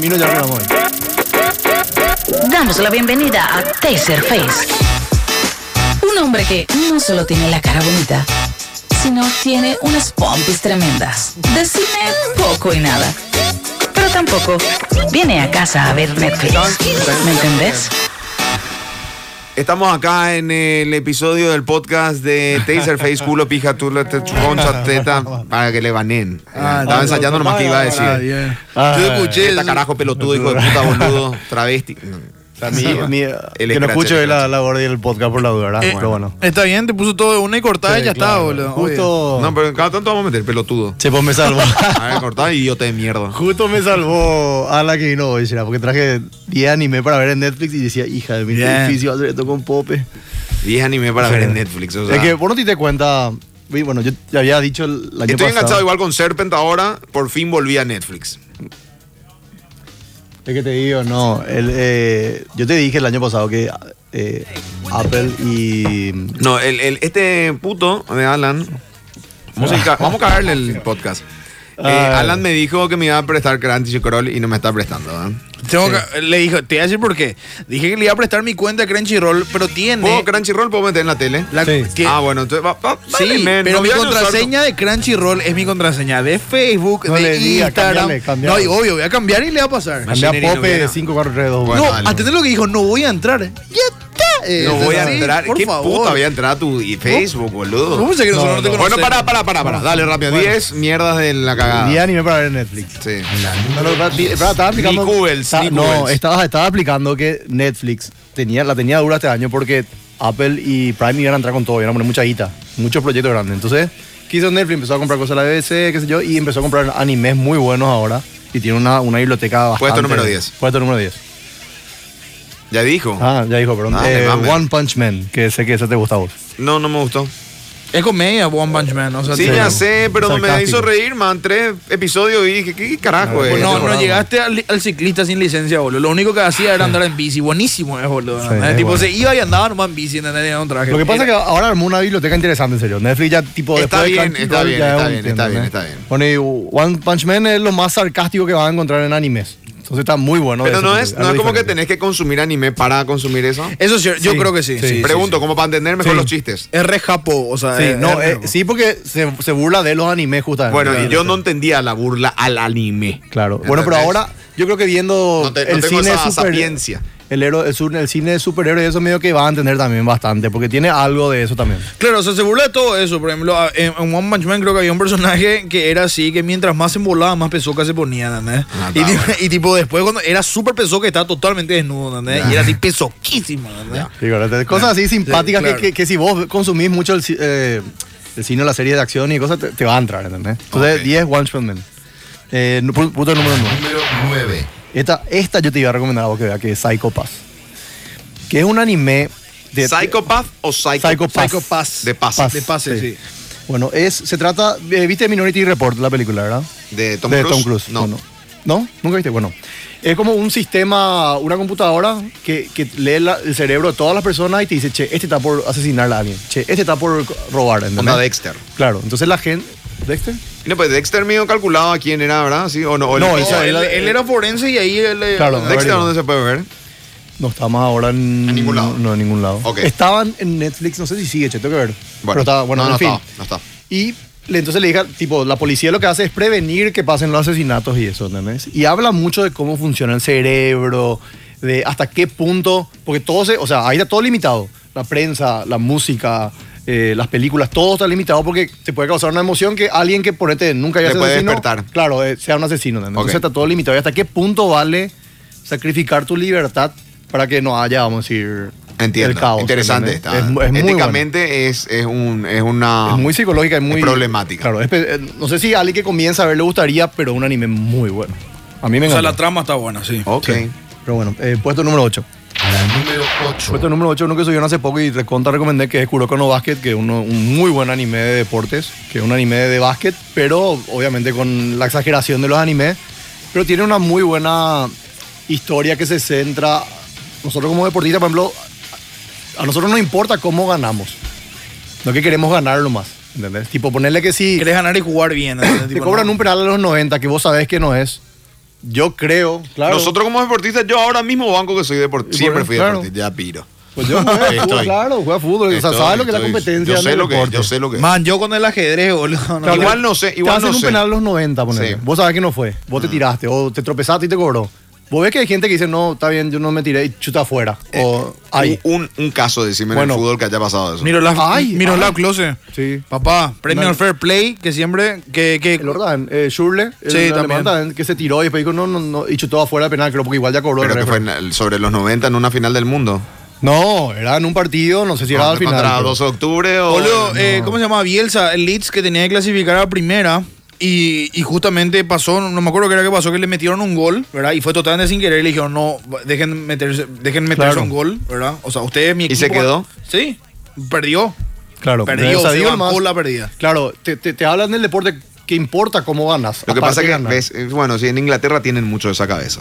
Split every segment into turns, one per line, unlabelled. minuto arriba voy.
Damos la bienvenida a Taser Face. Un hombre que no solo tiene la cara bonita, sino tiene unas pompis tremendas. De cine poco y nada. Pero tampoco viene a casa a ver Netflix. ¿Me entendés?
Estamos acá en el episodio del podcast de Taserface, culo, pija, turla, te-
Ah,
choncha, teta, para que le banen. Estaba ensayando nomás que iba a decir. Eh, Ah,
Yo escuché.
Teta, carajo, pelotudo, hijo de puta, boludo, travesti.
La- mi- mi- que no
scratch,
escucho
el
es la, la gordita del podcast por la duda, ¿verdad?
Eh,
Pero bueno.
Está bien, te puso todo de una y cortada y ya está,
Claro,
boludo. Obvio.
Justo.
No, pero cada tanto vamos a meter pelotudo.
Che, pues me salvó.
A ver, cortá, idiota de mierda.
Justo me salvó a la que vino hoy, será, porque traje 10 anime para ver en Netflix y decía, hija de mi
Bien.
difícil hacer esto con Pope.
10 anime para ver
Sí.
en Netflix, o sea.
es que vos no te diste cuenta, vi, bueno, yo te había dicho el año
Estoy enganchado
pasado.
igual con Serpent ahora, por fin volví a Netflix.
Es que te digo, no, el, eh, yo te dije el año pasado que eh, Apple y...
No, el, el- este puto de Alan. Vamos a, ca- vamos a cagarle el podcast. Eh,
Ah.
Alan me dijo que me iba a prestar Crunchy Scroll y no me está prestando. ¿eh?
Tengo que- le dijo, te voy a decir por qué. Dije que le iba a prestar mi cuenta a Crunchyroll, pero tiene.
¿Puedo Crunchyroll? ¿Puedo meter en la tele?
la-
Sí.
tie-
Ah, bueno, entonces va, va-
Sí,
dale, men,
pero
no
mi
voy a
contraseña de Crunchyroll es mi contraseña de Facebook,
No le
de
diga,
Instagram.
cambiale, cambiale.
No, y obvio, voy a cambiar y le va a pasar.
Cambié a
Machinery no
Pope de
viene.
5, 4, 3, 2,
Bueno,
no,
dale.
atendé lo que dijo, no voy a entrar. Ya está. eh,
No voy a
sí,
entrar.
por
¿Qué
favor.
puta voy a entrar a tu y Facebook, boludo?
¿Cómo se que nosotros no, te
Bueno,
conocemos?
para, para, para, para. Dale rápido. 10 mierdas de la cagada.
10 anime para ver en Netflix.
Sí.
No, no, espera, ti- espera, estaba aplicando.
Ni Googles,
Ta-
ni
no,
Googles.
estaba, estaba aplicando que Netflix tenía, la tenía dura este año porque Apple y Prime iban a entrar con todo, iban a poner mucha guita, muchos proyectos grandes. Entonces, ¿qué hizo Netflix? Empezó a comprar cosas a la BBC, qué sé yo, y empezó a comprar animes muy buenos ahora. Y tiene una, una biblioteca bastante.
Puesto número 10.
Puesto número 10.
Ya dijo.
Ah, ya dijo, perdón.
Dale,
Eh,
mames.
One Punch Man, que sé que ese te gusta a vos.
No, no me gustó.
Es comedia, One Punch Man. O sea,
Sí,
te-
ya sé, pero no me
Sarcástico.
hizo reír, man. Tres episodios y dije, ¿qué carajo
Pues,
es? este,
Pues No, no
Temporada.
llegaste al, al ciclista sin licencia, boludo. Lo único que hacía era andar en bici. Buenísimo es, boludo.
Sí,
¿entendés?
es
tipo,
bueno.
se iba y andaba nomás en bici, ¿entendés? Era un traje.
Lo que pasa es
Era-
que ahora armó una biblioteca interesante, en serio. Netflix ya, tipo,
Está
después de
bien,
Crunchyroll
está bien,
ya es
está
un
bien,
tiempo,
está bien,
¿no?
está bien.
Bueno, y One Punch Man es lo más sarcástico que vas a encontrar en animes. Entonces está muy bueno. de
Pero
ese
no
punto,
es, no
algo
es como que tenés
diferente.
que consumir anime para consumir eso.
Eso sí, yo
Sí,
creo que sí.
sí.
sí, sí,
Pregunto,
sí.
como para entender mejor
Sí.
los chistes.
Es re japo, o sea.
Sí,
es-
no,
es
eh,
re-
sí, porque se, se burla de los animes justamente.
Bueno,
Claro.
y yo no entendía la burla al anime.
Claro. Bueno, pero
¿Entendés?
ahora yo creo que viendo
No te- no
el
tengo
cine
esa
de super-
sapiencia.
El, héroe- el, sur- el cine de superhéroes, eso medio que va a entender también bastante, porque tiene algo de eso también.
Claro, o sea, se burla de todo eso. Por ejemplo, a- en, en One Punch Man creo que había un personaje que era así, que mientras más se embolaba, más pesoca se ponía, ¿entendés?
Ah,
y,
está
tipo-
bueno.
y tipo, después cuando era súper pesoca, estaba totalmente desnudo, ¿entendés? Y era así pesoquísimo, ¿entendés?
Digo, las- cosas así simpáticas que-
claro.
que, que si vos consumís mucho el, ci- eh, el cine, la serie de acción y cosas, te, te va a entrar, ¿entendés? Entonces,
Ok.
10 One Shot Men. Eh, nu- pu- punto número 9.
Número 9.
Esta, esta yo te iba a recomendar a vos que veas, que es Psycho Pass. Que es un anime de...
¿Psychopath o psycho,
Psycho Pass.
Psycho Pass.
De pase.
Pass,
De pase, sí.
Bueno, es, se trata... eh, ¿Viste Minority Report, la película, verdad?
De Eh, Tom
de
Cruise.
Tom Cruise.
No.
Bueno. ¿No? ¿Nunca viste? Bueno, es como un sistema, una computadora que, que lee la- el cerebro de todas las personas y te dice, che, este está por asesinar a alguien, che, este está por robar, ¿entendés?
Onda Dexter.
Claro, entonces la gente... ¿Dexter?
Y No, pues Dexter mío calculaba a quién era, ¿verdad? Sí, o no. o el-
No,
o-
o sea,
él, él era forense y ahí él.
Claro.
Dexter
Rodrigo.
dónde se puede ver.
No está más ahora en...
En ningún lado.
No, en ningún lado.
Ok.
Estaban en Netflix, no sé si sigue, che, tengo que ver. Pero estaba, bueno,
no,
en
no
fin.
está, no está.
Y le- entonces le dije, tipo, la policía lo que hace es prevenir que pasen los asesinatos y eso, ¿entendés? Y habla mucho de cómo funciona el cerebro, de hasta qué punto, porque todo se, o sea, ahí está todo limitado. La prensa, la música, eh, las películas, todo está limitado porque te puede causar una emoción que alguien que ponete nunca haya
Le puede
asesino,
despertar.
Claro, eh, sea un asesino, ¿entendés? Entonces
Ok.
está todo limitado. ¿Y hasta qué punto vale sacrificar tu libertad para que no haya, vamos a decir,
Entiendo.
el caos?
Interesante
¿entendés?
está.
Es mu- es muy bueno.
Éticamente es, es, un, es una.
Es muy psicológica y muy.
Ah. es problemática.
Claro, es pe- eh, no sé si a alguien que comienza a ver le gustaría, pero un anime muy bueno. A mí me
O
encanta.
sea, la trama está buena, sí.
Ok.
pero bueno, eh, puesto número 8.
Número 8.
Puesto número 8, uno que subieron hace poco y recontra recomendé, que es Kuroko no Basket, que es uno- un muy buen anime de deportes, que es un anime de básquet, pero obviamente con la exageración de los animes, pero tiene una muy buena historia que se centra, nosotros como deportistas, por ejemplo, a nosotros nos importa cómo ganamos, no que queremos ganar lo más, ¿entendés? Tipo ponerle que si...
Querés ganar y jugar bien. ¿entendés?
Te
Tipo,
cobran
no.
un penal a los 90 que vos sabés que no es. Yo creo, claro.
Nosotros como deportistas, yo ahora mismo banco que soy deportista. Siempre fui
claro.
deportista, ya piro.
Pues yo jugué fútbol,
Estoy.
claro, juega fútbol. o sea,
Estoy-
sabes lo que es la
estoy-
competencia.
Yo
en
sé
el
lo que, yo
deporte.
sé lo que.
Man, yo con el ajedrez, boludo. no,
Igual no sé,
te
igual
hacen
no
un
sé.
penal a los 90, ponele.
Sí.
Vos sabés que no fue. Vos te tiraste o te tropezaste y te cobró. Vos ves que hay gente que dice, no, está bien, yo no me tiré y chuta afuera. o ahí.
Un, un caso, decime
Bueno.
en el fútbol que haya pasado eso.
Miro las
Ay,
Miro
ay.
la close.
Sí.
Papá, premio
No.
al fair play, que siempre que, que
El Ordan, eh, Schürrle, el
Sí,
alemán
también.
también, que se tiró y después dijo, no, no, no, y chutó afuera el penal, creo, porque igual ya cobró el
Pero que fue
referee.
en el- sobre los 90 en una final del mundo.
No, era en un partido, no sé si era al final.
Contra
pero-
12 de octubre o.
Boludo, eh, ¿cómo se llama? Bielsa, el Leeds que tenía que clasificar a la primera. Y, y justamente pasó, no me acuerdo qué era que pasó, que le metieron un gol, ¿verdad? Y fue totalmente sin querer. Y le dijeron, no, dejen meterse, dejen meterse
Claro.
un gol, ¿verdad? O sea, ustedes, mi
¿Y
equipo.
se quedó?
Sí, perdió.
Claro,
Perdió,
o sea,
se
digo
bancó
nomás-
la pérdida.
Claro, te, te, te hablan del deporte que importa cómo ganas.
Lo que
aparte
pasa es que,
ganas.
ves, eh, bueno, sí, en Inglaterra tienen mucho esa cabeza.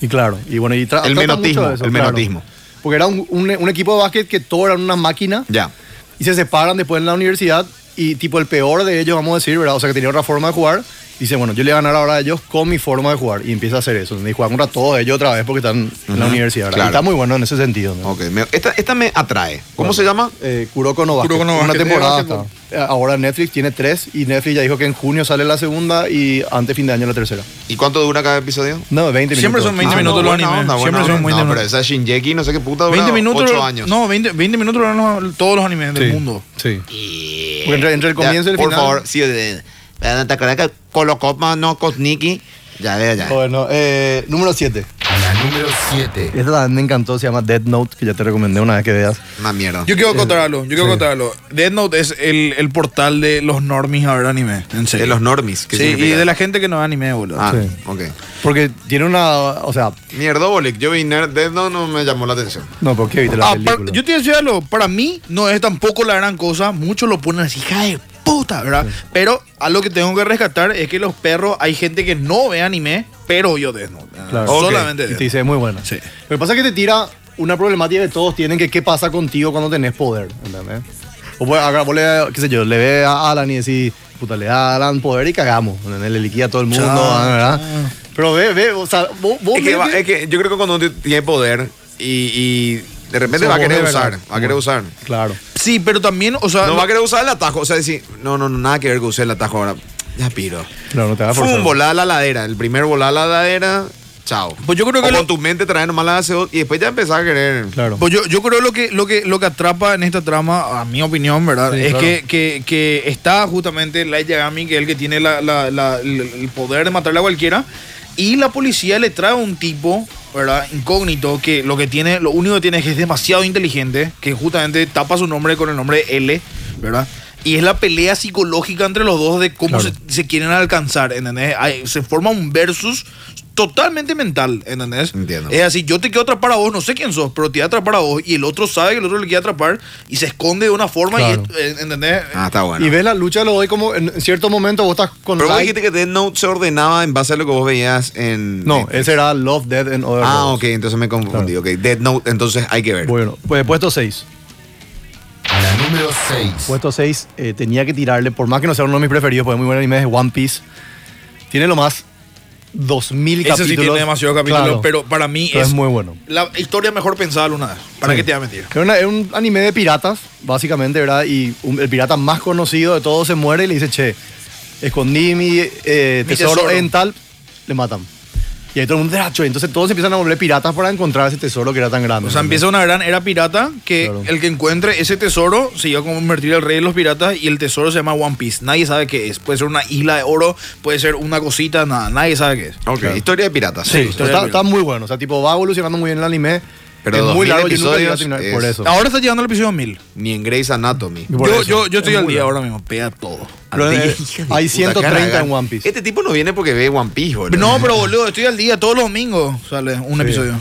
Y claro, y bueno, y tra-
El
trata
menotismo,
mucho de eso,
el
claro.
menotismo.
Porque era un, un- un equipo de básquet que todo era una máquina
Ya.
y se separan después en la universidad y tipo el peor de ellos, vamos a decir, ¿verdad? O sea, que tenía otra forma de jugar. Dice, bueno, yo le voy a ganar ahora a ellos con mi forma de jugar. Y empieza a hacer eso. ¿entendés? Y juega contra todos ellos otra vez porque están en la
Ujú,
universidad, ¿verdad?
claro.
Y está muy bueno en ese sentido. ¿no?
Ok, me- esta, esta me atrae. ¿Cómo se llama?
Eh, Kuroko no Basket.
Kuroko no
Una
Basket,
temporada.
eh, básquetbol.
hasta. Eh, Ahora Netflix tiene tres y Netflix ya dijo que en junio sale la segunda y antes fin de año la tercera.
¿Y cuánto dura cada episodio?
No, 20
Siempre
minutos.
son 20
Ah,
minutos
no,
los
buena
animes.
onda, buena
Siempre son
onda.
20
No, pero
minutos.
esa Shinjeki, no sé qué puta dura
20 minutos.
8 años.
No, 20, 20 minutos duraron los- todos los animes del mundo.
Sí. Porque entre, entre el
Ya,
comienzo y el
por
final.
favor, sí, eh, eh, ¿te acuerdas que colocó mano Kosniki? Ya, ya, ya.
Bueno, eh, número 7.
La número 7.
Esta también me encantó, se llama Dead Note, que ya te recomendé una vez que veas.
Una mierda.
Yo quiero acotarlo, yo quiero acotarlo. Death Note es el, el portal de los normies a ver anime. En serio.
de los normis. ¿qué
Sí, y
significa?
de la gente que no ve anime, boludo.
Ah,
Sí.
ok.
Porque tiene una. O sea,
Mierdobolic, yo vi Nerd Death Note, no me llamó la atención.
no, porque viste la
Ah, par-
película.
yo te decía algo, para mí no es tampoco la gran cosa, muchos lo ponen así, hija de puta, ¿verdad? Pero algo que tengo que rescatar es que los perros, hay gente que no ve anime, pero yo Death Note.
Claro.
Ah,
Ok.
Solamente
Y
Death
te dice, es muy buena.
Sí.
Lo que pasa es que te tira una problemática que todos tienen, que qué pasa contigo cuando tenés poder, ¿entendés? O pues, acá vos le, qué sé yo, le ve a Alan y decís, puta, le da a Alan poder y cagamos, ¿entendés? Le liquida a todo el mundo,
Chao,
¿verdad? Pero ve, ve, o sea, vos, vos
Es que,
ves
va-
que-
es que yo creo que cuando uno tiene poder y, y de repente
sos
va a
vos
querer
de
usar,
verdad.
va a querer usar.
Claro.
Note. Sí, pero también, o sea,
No
no-
va a querer usar el atajo, o sea, decir, no, no, no, nada que ver que use el atajo ahora. Ya piro.
No, no te va a forzar.
Fum, volada a la ladera. El primer volada a la ladera, chao.
Pues yo creo que
O
lo-
con tu mente traer nomás la hace y después ya empezás a querer.
Claro.
Pues yo, yo creo lo que, lo, que, lo que atrapa en esta trama, a mi opinión, ¿verdad?
Sí,
es
claro.
que, que, que está justamente Light Yagami, que es el que tiene la- la- la- el, el poder de matarle a cualquiera. Y la policía le trae un tipo, ¿verdad? Incógnito, que lo que tiene, lo único que tiene es que es demasiado inteligente, que justamente tapa su nombre con el nombre de L, ¿verdad? Y es la pelea psicológica entre los dos de cómo
Claro.
se, se quieren alcanzar, ¿entendés? Hay- se forma un versus totalmente mental, ¿entendés?
Entiendo.
Es así, yo te quiero atrapar a vos, no sé quién sos, pero te voy a atrapar a vos y el otro sabe que el otro le quiere atrapar y se esconde de una forma
Claro.
y es- eh, ¿entendés?
Ah, está bueno.
Y ves la lucha de los hoy como en en cierto momento vos estás con
Pero vos
Light.
dijiste que Death Note se ordenaba en base a lo que vos veías en.
No,
en-
ese era Love, Dead and Other
Ah,
Worlds.
ok, entonces me confundí. Ok, Death Note, entonces hay que ver.
Bueno, pues puesto 6.
La número 6.
Puesto 6 tenía que tirarle, por más que no sea uno de mis preferidos, porque es muy buen anime, es One Piece. Tiene lo más 2000
Ese
capítulos.
sí tiene demasiados capítulos,
Claro.
pero para mí
Pero
es,
es muy bueno.
la historia mejor pensada una vez. ¿Para
Sí.
qué te voy a mentir?
Es, una- es un anime de piratas, básicamente, ¿verdad? Y un- el pirata más conocido de todos se muere y le dice, che, escondí mi, eh,
Mi
tesoro,
tesoro.
en tal, le matan. Y ahí todo el mundo, "Ah, che". entonces todos se empiezan a volver piratas para encontrar ese tesoro que era tan grande.
O sea,
¿entendés?
empieza una gran era pirata que
Claro.
el que encuentre ese tesoro se iba a convertir en el rey de los piratas y el tesoro se llama One Piece. Nadie sabe qué es. Puede ser una isla de oro, puede ser una cosita, nada. Nadie sabe qué es.
Ok, historia de piratas.
Sí,
historia
está,
del
está muy bueno. O sea, tipo, va evolucionando muy bien el anime.
Pero
es muy
2000
largo, yo nunca llegué a
episodios
terminar
es-
por eso.
Ahora está llegando el episodio 1000.
Ni en Grey's Anatomy.
Por
yo,
eso.
yo, yo estoy
Es
al
muy
día
largo.
ahora mismo, pega todo.
Lo-
Al día.
eh, hay
Puta,
130
carajo.
en One Piece.
Este tipo no viene porque ve One Piece, boludo.
No, pero boludo, estoy al día. Todos los domingos sale un episodio.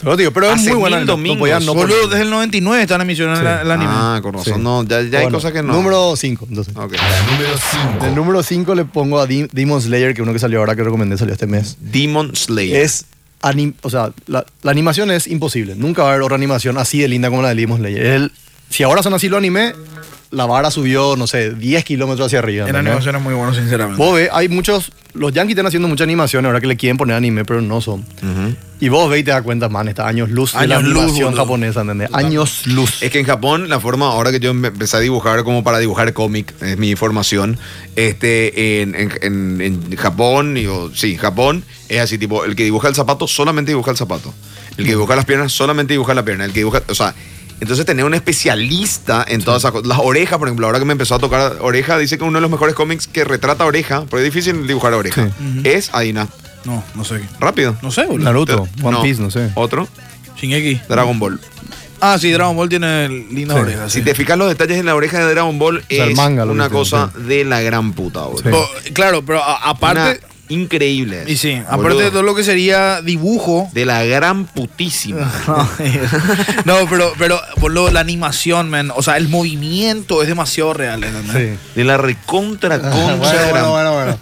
Pero, digo, pero es
Hace
muy bueno.
mil
anime,
domingos,
No podía no
boludo,
poner-
desde el 99 están emisionando la- el anime.
Ah, con razón.
Sí.
No, ya, ya hay
Bueno,
cosas que no.
Número 5, entonces.
Ok.
La número
El
5.
número 5 le pongo a Dim- Demon Slayer, que uno que salió ahora, que recomendé, salió este mes.
Demon Slayer.
Es. anim- o sea, la, la animación es imposible. Nunca va a haber otra animación así de linda como la de Demon Slayer. El- si ahora son así los anime, la vara subió, no sé, 10 kilómetros hacia arriba.
En
¿entendés?
animación es muy bueno, sinceramente.
Vos ves, hay muchos. Los Yankees están haciendo mucha animación ahora que le quieren poner anime, pero no son. Y vos ve y te das cuenta, man, está años luz de la
Años luz,
animación
boludo.
japonesa, ¿entendés? Años luz.
Es que en Japón la forma ahora que yo empe- empecé a dibujar como para dibujar cómic, es mi formación, este, en, en- en- en Japón, digo, sí, Japón es así, tipo, el que dibuja el zapato solamente dibuja el zapato, el
Mm.
que dibuja las piernas solamente dibuja la pierna, el que dibuja, o sea, entonces tener un especialista en todas esas cosas, las orejas, por ejemplo, ahora que me empezó a tocar oreja, dice que uno de los mejores cómics que retrata oreja, porque es difícil dibujar oreja, es Aina,
No, no sé. qué.
rápido.
No sé, boludo.
Naruto,
Te-
One Piece, no sé.
Otro,
Shingeki.
Dragon Ball.
Ah, sí, Dragon Ball tiene lindas
Sí.
orejas.
Si
sí. Oh,
te fijas los detalles en la oreja de Dragon Ball,
sea, el
es
manga lo
una
viste,
cosa de la gran puta, boludo.
Sí.
Oh, claro, pero a- aparte.
Una- increíble.
Y sí,
boludo.
aparte de todo lo que sería dibujo.
De la gran putísima.
No, no, pero, pero por lo, la animación, man, o sea, el movimiento es demasiado real, ¿entendés?
Sí.
De la
Ah,
recontra concha
bueno, bueno,
gran-
bueno, bueno.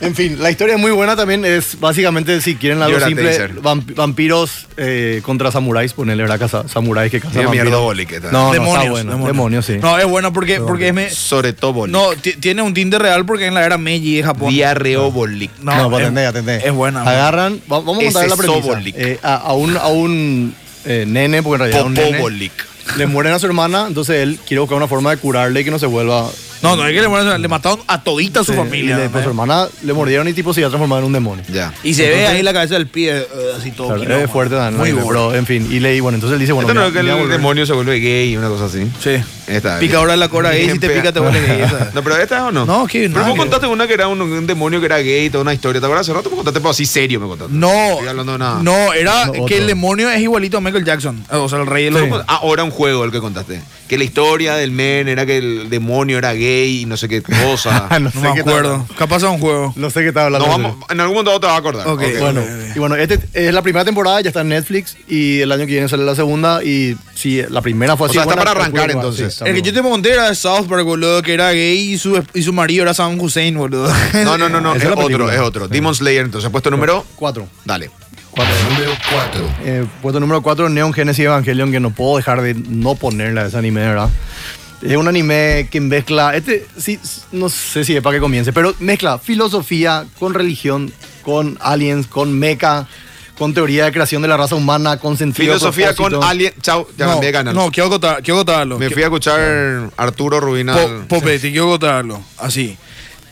En fin, la historia es muy buena también. Es básicamente, si quieren algo
Llora,
simple,
Taser.
vamp- vampiros eh, contra samuráis. Ponele, ¿verdad? Caza- samuráis que cazan
Mira,
vampiros.
mierdabólica, tal.
No, no, está bueno. Demonios, sí.
No, es bueno porque, porque es. me-
Sobre todo bólica.
no, ti- tiene un tinte real porque en la era Meiji de Japón.
Diarreobólica.
No,
No, pues
es-
atendé, atendé.
es buena, güey.
Agarran, va- vamos a contar
Ese
la premisa.
Sobolik.
Eh, a, a un, a un eh, nene, porque en realidad era un nene,
Popobólica.
le mueren a su hermana, entonces él quiere buscar una forma de curarle y que no se vuelva...
No, no, es que le, mueren- le mataron a todita su
eh,
familia.
y le- pues,
¿entendés?
su hermana le mordieron y tipo se iba a transformar en un demonio.
Ya.
Y se ve ahí la cabeza del pie, eh, así todo.
Claro,
quilombo.
es fuerte, Dan,
Muy
¿no?
bueno.
pero en fin, y leí, bueno, entonces él dice, bueno,
Esto Este no
mira,
es que
mira,
el
volver.
demonio se vuelve gay y una cosa así.
Sí.
Esta,
Pica ahora la cora ahí,
Bien
si te
pega.
pica te huele gay. esa.
No, pero esta o no.
No, que
Pero
nada
vos
que-
contaste una que era un, un demonio que era gay, toda una historia. ¿Te acuerdas hace rato? Me contaste, pero así serio me contaste.
No,
Estoy hablando de nada.
no, era
No,
que
otro.
el demonio es igualito a Michael Jackson, eh, o sea, el rey de los...
Ah, Ahora un juego el que contaste. Que la historia del men era que el demonio era gay y no sé qué cosa.
Ah, no
No
sé
me
qué
acuerdo.
tal.
Capaz era un juego.
No sé qué estaba hablando.
Nos
en serio.
vamos- en algún momento te vas a acordar.
Ok.
Ok.
Bueno,
ok.
y bueno, este es la primera temporada, ya está en Netflix y el año que viene sale la segunda y si la primera fue
O
así.
sea, está
buena,
para arrancar,
calculo que va-
entonces.
está
El
muy
que yo te monté era de South Park, boludo, que era gay y su, y su marido era Sam Hussein, boludo.
No, no, no, no.
Esa
Es,
es la
otro,
película.
es otro. Demon Slayer, entonces, puesto número.
bueno. Cuatro.
Dale.
Cuatro.
Número 4.
Eh, puesto número 4, Neon Genesis Evangelion, que no puedo dejar de no ponerla ese anime, ¿verdad? Es un anime que mezcla, este, sí, s- no sé si es para que comience, pero mezcla filosofía con religión, con aliens, con mecha, con teoría de creación de la raza humana, con sentido
Filosofía con
propósito.
Alien. Chau, ya
no,
cambié de canal.
no, quiero acotar- quiero acotarlo.
Me
Qui-
fui a escuchar Arturo Rubina.
Po- Pope, te quiero acotarlo. Así.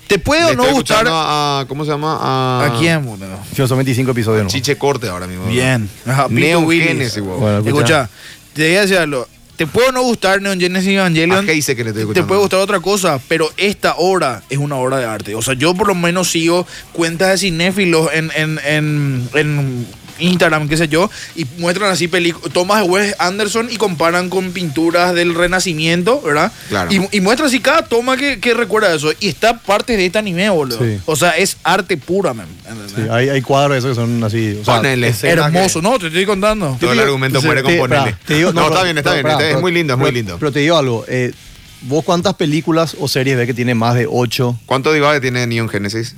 ¿Te puede o
Le
no
estoy
gustar
escuchando A, a- ¿Cómo se llama? A,
a quién, boludo?
Sí, son 25 episodios. ¿no?
Chiche Corte ahora mismo.
Bien. Ajá, Pito
Neon
Willis.
Genesis, wow.
Bueno,
Escucha, te voy a decir algo. Te puede no gustar Neon Genesis Evangelion.
A Heise Ah, que le
Te
estoy escuchando.
puede gustar otra cosa, pero esta obra es una obra de arte. O sea, yo por lo menos sigo cuentas de cinéfilos en, en, en, en Instagram, qué sé yo, y muestran así películas, tomas de Wes Anderson y comparan con pinturas del Renacimiento, ¿verdad?
Claro.
Y, y muestra así cada toma que, que recuerda eso. Y está parte de este anime, boludo.
Sí.
O sea, es arte pura, man. ¿entendés?
Sí, hay, hay cuadros de esos que son así. O sea,
Ponele.
escenas que-
Hermoso. No, te estoy contando.
Todo el
digo-
argumento
entonces,
muere con
te-
ponerle.
pará, te digo-
No, está bien, está
pero-
bien,
pará,
está bien, es
pero-
muy lindo, es muy
pero-
lindo.
Pero te digo algo. eh, ¿Vos cuántas películas o series ves que tiene más de 8?
¿Cuánto digo que tiene Neon Genesis?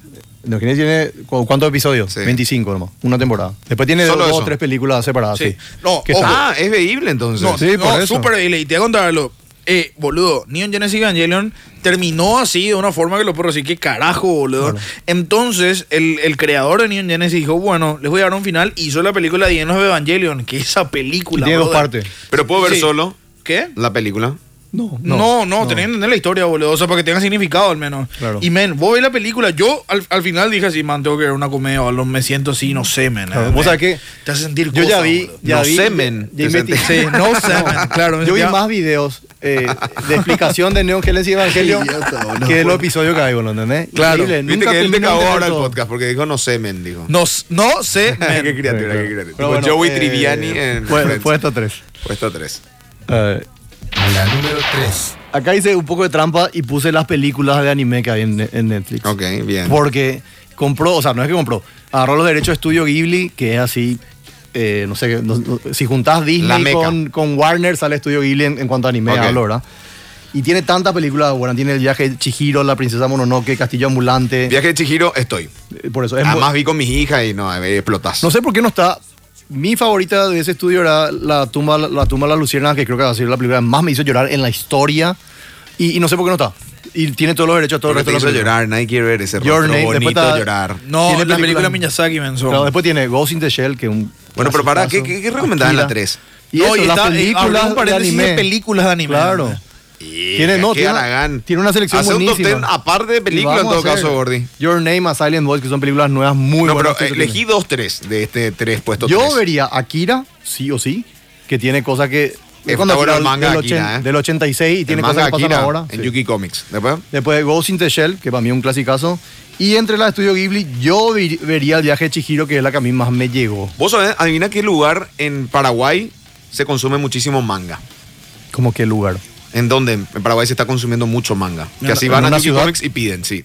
No, ¿quién tiene cu- cuántos episodios?
Sí.
25 nomás, una temporada. Después tiene
Solo
dos
eso.
o tres películas separadas.
Sí.
Sí.
No,
Que
ojo.
están-
Ah, es veíble entonces.
No,
Sí, por
no
eso.
súper dile, y te voy a contarlo. Eh, boludo, Neon Genesis Evangelion terminó así de una forma que lo puedo decir, que carajo, boludo. Entonces, el, el creador de Neon Genesis dijo, bueno, les voy a dar un final, hizo la película The End of Evangelion, que esa película...
tiene dos
brother.
partes.
Pero puedo ver
Sí.
solo
¿Qué?
la película.
No,
No, no, tenés que entender la historia, boludo. O sea, para que tenga significado al menos.
Claro.
Y men, vos ves la película. Yo al, al final dije así, man, tengo que ver una comedia o algo, me siento así, no sé, men.
Claro.
eh,
¿Vos
men.
sabés qué?
Te hace sentir
Yo ya
cosas,
vi.
boludo.
Ya
No
vi,
semen,
ya
te
investi-
sentí.
Sí, no semen, claro.
Yo vi
ya-
más videos eh, de explicación de Neon Genesis Evangelion que de los episodios que hay, ¿lo entendés?
Claro.
Increíble,
Viste
nunca
que él te
terminan
cagó
de ver
ahora el
todo.
podcast porque dijo no semen, dijo.
No, s- no sé, men.
qué criatura,
Sí,
qué
claro.
criatura.
Pero
Tipo
bueno,
Joey
eh,
Triviani en
fue-
Friends.
Puesto tres.
Puesto 3.
Eh,
La número 3.
Acá hice un poco de trampa y puse las películas de anime que hay en, ne- en Netflix.
Ok, bien.
Porque compró, o sea, no es que compró, agarró los derechos de Estudio Ghibli, que es así, eh, no sé, qué, no- no- si juntás
La
Disney
meca.
con, con Warner, sale Estudio Ghibli en, en cuanto a anime,
Ok.
hablo, ¿verdad? Y tiene tantas películas, bueno, tiene El viaje de Chihiro, La princesa Mononoke, Castillo Ambulante,
Viaje de Chihiro, estoy.
eh, por eso es muy-
Además vi con mis hijas y no, a ver, explotás.
No sé por qué no está. Mi favorita de ese estudio era la tumba, la tumba de la lucierna, que creo que va a ser la primera más me hizo llorar en la historia. Y, y no sé por qué no está. Y tiene todos los derechos a todo el
Porque
resto
te
de
hizo
la película.
llorar, nadie quiere ver ese
Your
rostro
Name,
bonito
después está-
llorar.
No,
Tiene
la película
películas-
Miyazaki, menso.
Claro, después tiene Ghost in the Shell, que es un.
Bueno, pero pará, ¿qué-
clasicazo.
qué- qué recomendabas en la
Akira.
tres?
Y
No,
eso,
y
las
está- eh, abrió un
películas de
paréntesis de
anime.
películas de anime.
Claro. Tiene, no,
qué
tiene una-
haragán.
tiene una selección
Hace
buenísima.
un top ten aparte de películas en
Vamos a
todo
hacer
caso, Gordy.
Your Name a Silent Voice, que son películas nuevas muy
No,
buenas.
pero eh,
que se
elegí dos, tres de este tres puesto
Yo
tres.
vería Akira, sí o sí, que tiene cosas que.
Está
cuando
bueno el
del-
manga
del,
Akira,
ochen-
eh.
del 86 y
El
tiene
manga
cosas que pasan
Akira
ahora.
en
sí.
Yuki Comics. Después,
Después Ghost in the Shell, que para mí es un clasicazo. Y entre las de Estudio Ghibli, yo vi- vería el viaje de Chihiro, que es la que a mí más me llegó.
vos sabés, adivina qué lugar en Paraguay se consume muchísimo manga.
Como que lugar.
¿En dónde? En Paraguay se está consumiendo mucho manga. Que
¿En-
así
en
van a
una
Yuki
ciudad?
Comics y piden, sí.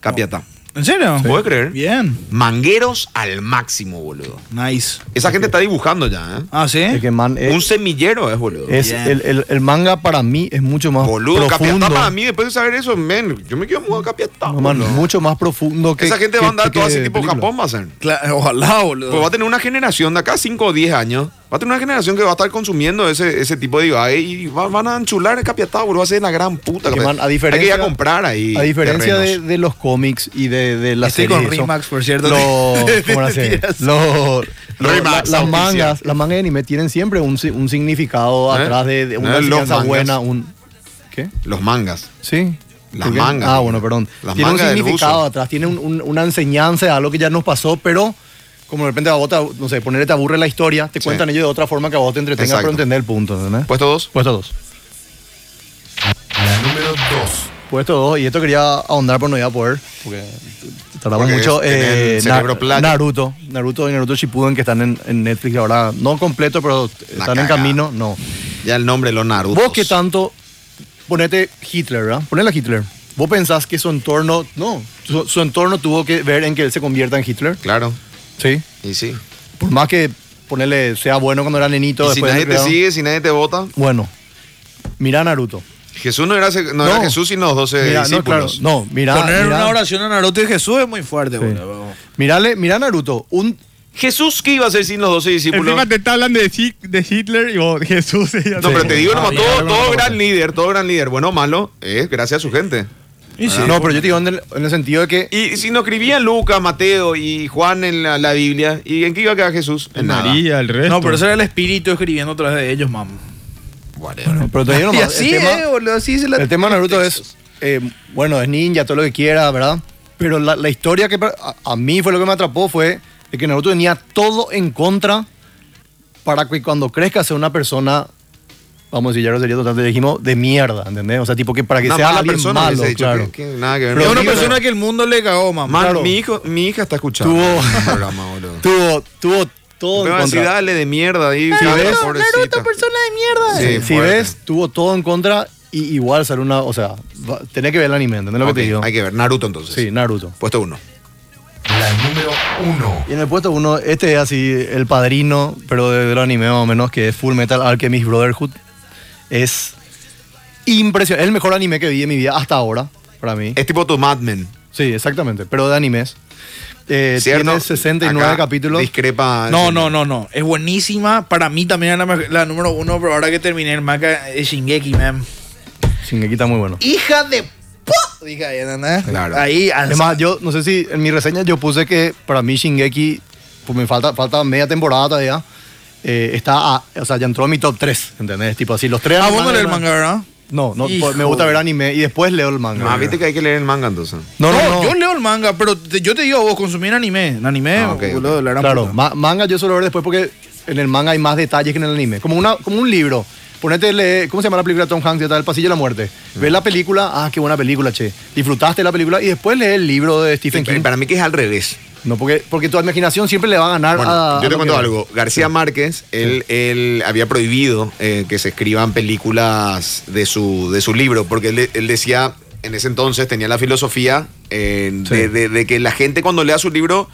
Capiata.
¿En serio?
¿Puedes creer?
Bien.
Mangueros al máximo, boludo.
Nice.
Esa gente está dibujando ya, ¿eh?
Ah, ¿sí?
Es que man, es,
Un semillero es, boludo.
es
Bien.
el, el- el manga para mí es mucho más
Boludo,
profundo.
Capiatá para mí, después de saber eso, men, yo me quiero mudar a Capiatá.
No, man,
boludo.
mucho más profundo que.
Esa gente va a andar todo
así
así tipo Japón, va a ser.
Cla- Ojalá,
Pues va
boludo.
a tener una generación de acá 5 o 10 años. Va a tener una generación que va a estar consumiendo ese, ese tipo de diva y va- van a enchular el Capiatá, boludo. Va a ser la gran puta.
Que,
Capiatá.
man, a
Hay que ir
diferencia-
a comprar ahí.
A diferencia de,
terrenos.
de los cómics y de, de las
Estoy
series.
con
eso,
Remax, por cierto.
Los, ¿Cómo la serie?
Mentiras.
Los- los-
Remax,
la- las
auspicia.
mangas, las mangas de anime tienen siempre un, si- un significado
¿Eh?
atrás de, de
No
una
es los
enseñanza
mangas.
buena. Un, ¿Qué?
Los mangas.
Sí.
Las
¿Por qué?
mangas.
Ah, bueno, perdón.
Las
tiene un
mangas del
significado
buzo.
atrás, tiene un- un- una enseñanza de algo que ya nos pasó, pero como de repente a vos, te, no sé, ponerle te aburre la historia, te
Sí.
cuentan ellos de otra forma que a vos te entretenga
Exacto.
pero entender el punto, ¿entendés?
Puesto dos.
Puesto dos.
La número 2.
Puesto dos, y esto quería ahondar, pero no iba a poder, porque tardamos
Porque
mucho.
es- tenés
eh,
el cerebro
Na-
plano.
Naruto, Naruto y Naruto Shippuden, que están en, en Netflix ahora, no completo, pero están en
cagada.
camino, no.
Ya el nombre, los Naruto.
Vos que tanto, ponete Hitler, ¿verdad? Ponele a Hitler. Vos pensás que su entorno, no, su, su entorno tuvo que ver en que él se convierta en Hitler.
Claro.
Sí.
Y sí.
Por más que ponerle sea bueno cuando era nenito.
y si
después de
nadie te
creado-
sigue, si nadie te vota.
Bueno, mira Naruto.
Jesús no era, ese- no era
No.
Jesús, sino los doce
Mira, no, claro,
discípulos.
no, mira,
Poner
mira-
una oración a Naruto y Jesús es muy fuerte, boludo.
mirale- mira Naruto, un
Jesús, ¿qué iba a hacer sin los doce discípulos?
Encima te está hablando de, Hi- de Hitler y vos, Jesús. y ya te-
No, pero te digo
Ah,
nomás,
ya,
todo,
ya,
todo
ya,
gran
ya.
líder, todo gran líder, bueno o malo, es gracias a su gente.
no, pero yo te digo en el, en el sentido de que
Ah. Y si no escribían Lucas, Mateo y Juan en la, la Biblia, ¿y en qué iba a quedar Jesús? En nada.
María, el resto.
No, pero ese era el espíritu escribiendo atrás de ellos, mam.
Bueno, pero te digo
Y
nomás,
así,
el tema,
eh, boludo, así se la...
el tema de Naruto es, eh, bueno, es ninja, todo lo que quiera, ¿verdad? Pero la, la historia que pa- a, a mí fue lo que me atrapó fue de que Naruto tenía todo en contra para que cuando crezca sea una persona, vamos a decir, ya lo sería totalmente, dijimos, de mierda, ¿entendés? O sea, tipo que para que
Una
sea
mala
alguien
persona,
malo,
hubiese dicho,
claro.
que- que nada que ver.
Es
Pero
una
mira,
persona que el mundo le cagó, mam.
Man,
claro.
mi, hijo, mi hija está escuchando.
Tuvo-
el programa, boludo.
Tuvo, tuvo todo
Me
en
va a decir,
contra.
dale de mierda ahí. dale, pobrecita.
persona de mierda.
Sí,
si
fuerte.
ves, tuvo todo en contra y igual salió una, o sea, va- tenés que ver el anime, ¿entendés lo
Ok,
que te digo?
Hay que ver, Naruto entonces.
Sí, Naruto.
Puesto uno.
La número 1.
Y en el puesto uno, este es así el padrino, pero de, de lo anime más o menos, que es Full Metal Alchemist Brotherhood. Es impresionante. Es el mejor anime que vi en mi vida hasta ahora, para
Eh.
mí.
Es tipo tu Mad Men.
Sí, exactamente, pero de animes. Eh,
¿cierto?
tiene 69
Acá
capítulos.
Discrepa.
No, no, no, no. Es buenísima. Para mí también era la, mej- la número uno, pero ahora que terminé el manga es Shingeki, man.
Shingeki está muy bueno.
Hija de po. Dije ahí, ¿entendés?
Claro.
Ahí,
¿eh, Es más, yo no sé si en mi reseña yo puse que para mí Shingeki, pues me falta, falta media temporada todavía. eh, está a- o sea, ya entró a mi top 3, ¿entendés? Tipo así, los tres
Ah, vos no
animes-
lees el manga, ¿verdad?
No, no,
Hijo.
me gusta ver anime y después leo el manga.
Ah, viste que hay que leer el manga entonces.
No, no, no.
yo leo el manga, pero te- yo te digo, vos consumir anime. En anime,
Ah, ok,
boludo, la gran
Claro,
puta.
ma- manga yo suelo ver después porque en el manga hay más detalles que en el anime. Como, una, como un libro. Ponete, lee- ¿cómo se llama la película de Tom Hanks? Está El Pasillo de la Muerte.
Mm.
Ves la película, ah, qué buena película, che. Disfrutaste la película y después lees el libro de Stephen
Y
King.
Para mí que es al revés.
No, porque, porque tu imaginación siempre le va a ganar
Bueno,
a. a
yo te
lo
cuento
que-
algo. García Márquez, él, él había prohibido eh, que se escriban películas de su, de su libro, porque él, él decía, en ese entonces tenía la filosofía eh, de, de- de que la gente cuando lea su libro,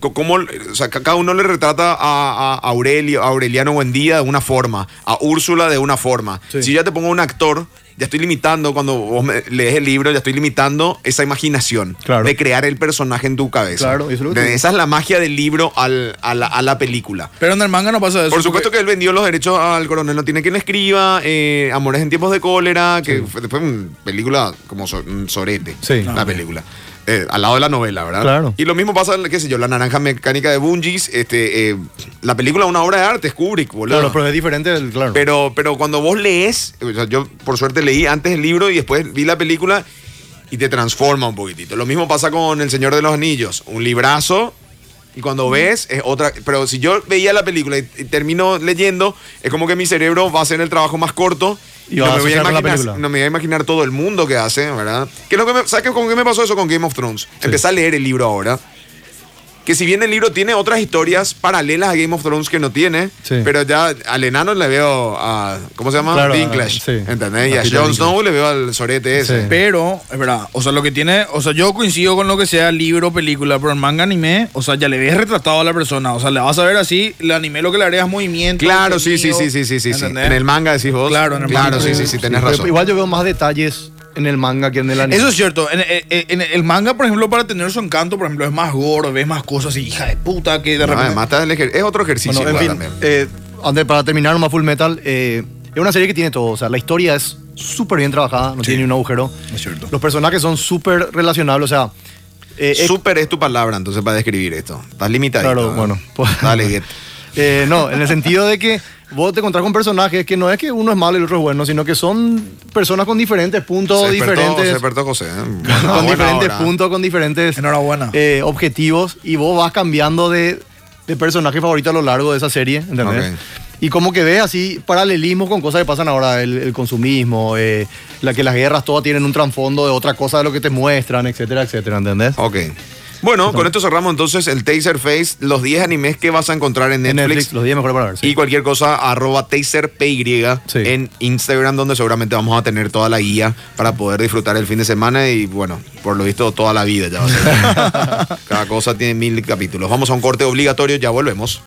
co- como, o sea, ca- cada uno le retrata a, a Aurelio, a Aureliano Buendía de una forma, a Úrsula de una forma.
Sí.
Si yo ya te pongo un actor ya estoy limitando, cuando vos me- lees el libro, ya estoy limitando esa imaginación
Claro.
de crear el personaje en tu cabeza.
Claro, eso es lo
De-
que te digo.
esa es la magia del libro al- a, la, a la película.
Pero en el manga no pasa eso.
Por supuesto
porque-
que él vendió los derechos al coronel, no tiene quien le escriba, eh, Amores en tiempos de cólera, que fue, después una película como so- un sorete,
Sí.
la
Ah,
película. Eh, al lado de la novela, ¿verdad?
Claro.
Y lo mismo pasa, qué sé yo, La Naranja Mecánica de Bungies, este, eh, la película una obra de arte, es Kubrick, boludo.
Claro, pero es diferente, del- claro.
Pero, pero cuando vos lees, o sea, yo por suerte leí antes el libro y después vi la película y te transforma un poquitito. Lo mismo pasa con El Señor de los Anillos, un librazo y cuando ves es otra... Pero si yo veía la película y, y termino leyendo, es como que mi cerebro va a hacer el trabajo más corto
Y vas a asociar con la
imaginar,
película.
no me voy a imaginar todo el mundo que hace, ¿verdad? Que es lo que me, ¿Sabes qué- con qué me pasó eso con Game of Thrones? Empecé a leer el libro ahora. Que si bien el libro tiene otras historias paralelas a Game of Thrones que no tiene,
Sí.
pero ya al enano le veo a. ¿Cómo se llama?
Claro, a-
Dinklage.
sí.
¿Entendés?
A
Y a
Peter
Jon
Dinklage.
Snow le veo al sorete ese.
Sí.
Pero, es verdad, o sea, lo que tiene, o sea, yo coincido con lo que sea libro, película, pero en manga, anime, o sea, ya le ves retratado a la persona, o sea, le vas a ver así, el anime lo que le agregas movimiento.
Claro, sí, sí,
contenido,
sí, sí, sí, sí, sí.
¿entendés?
En el manga decís vos.
Claro, en el manga.
Claro, sí, sí, sí, tenés
pero
razón.
Igual yo veo más detalles en el manga que en el anime.
Eso es cierto. En, en- en- en el manga, por ejemplo, para tener su encanto, por ejemplo, es más gore, ves más cosas y hija de puta que de
No,
repente.
además, está el ejer- es otro ejercicio
Bueno, en
igual
fin,
también.
eh, antes, para terminar más Full Metal, eh, es una serie que tiene todo. O sea, la historia es súper bien trabajada, no tiene ni un agujero.
Es cierto.
Los personajes son súper relacionables, o sea... eh, es-
Súper es tu palabra, entonces, para describir esto. Estás limitado.
Claro, bueno.
Dale, Guet.
Eh, no, en el sentido de que vos te encontrás con personajes que no es que uno es malo y el otro es bueno, sino que son personas con diferentes puntos,
Se despertó-
diferentes...
Se despertó José. ¿eh?
con
Buena
diferentes
hora.
puntos, con diferentes
Enhorabuena.
eh, objetivos y vos vas cambiando de, de personaje favorito a lo largo de esa serie, ¿entendés?
Ok.
Y como que ves así paralelismos con cosas que pasan ahora, el, el consumismo, eh, la que las guerras todas tienen un trasfondo de otra cosa de lo que te muestran, etcétera, etcétera, ¿entendés?
Ok. Bueno, con esto cerramos entonces el Taser Face, los 10 animes que vas a encontrar en
En
Netflix.
Netflix, los 10 mejores para ver. sí.
Y cualquier cosa, arroba taserpy
Sí.
en Instagram, donde seguramente vamos a tener toda la guía para poder disfrutar el fin de semana y, bueno, por lo visto, toda la vida ya va a ser. Cada cosa tiene mil capítulos. Vamos a un corte obligatorio, ya volvemos.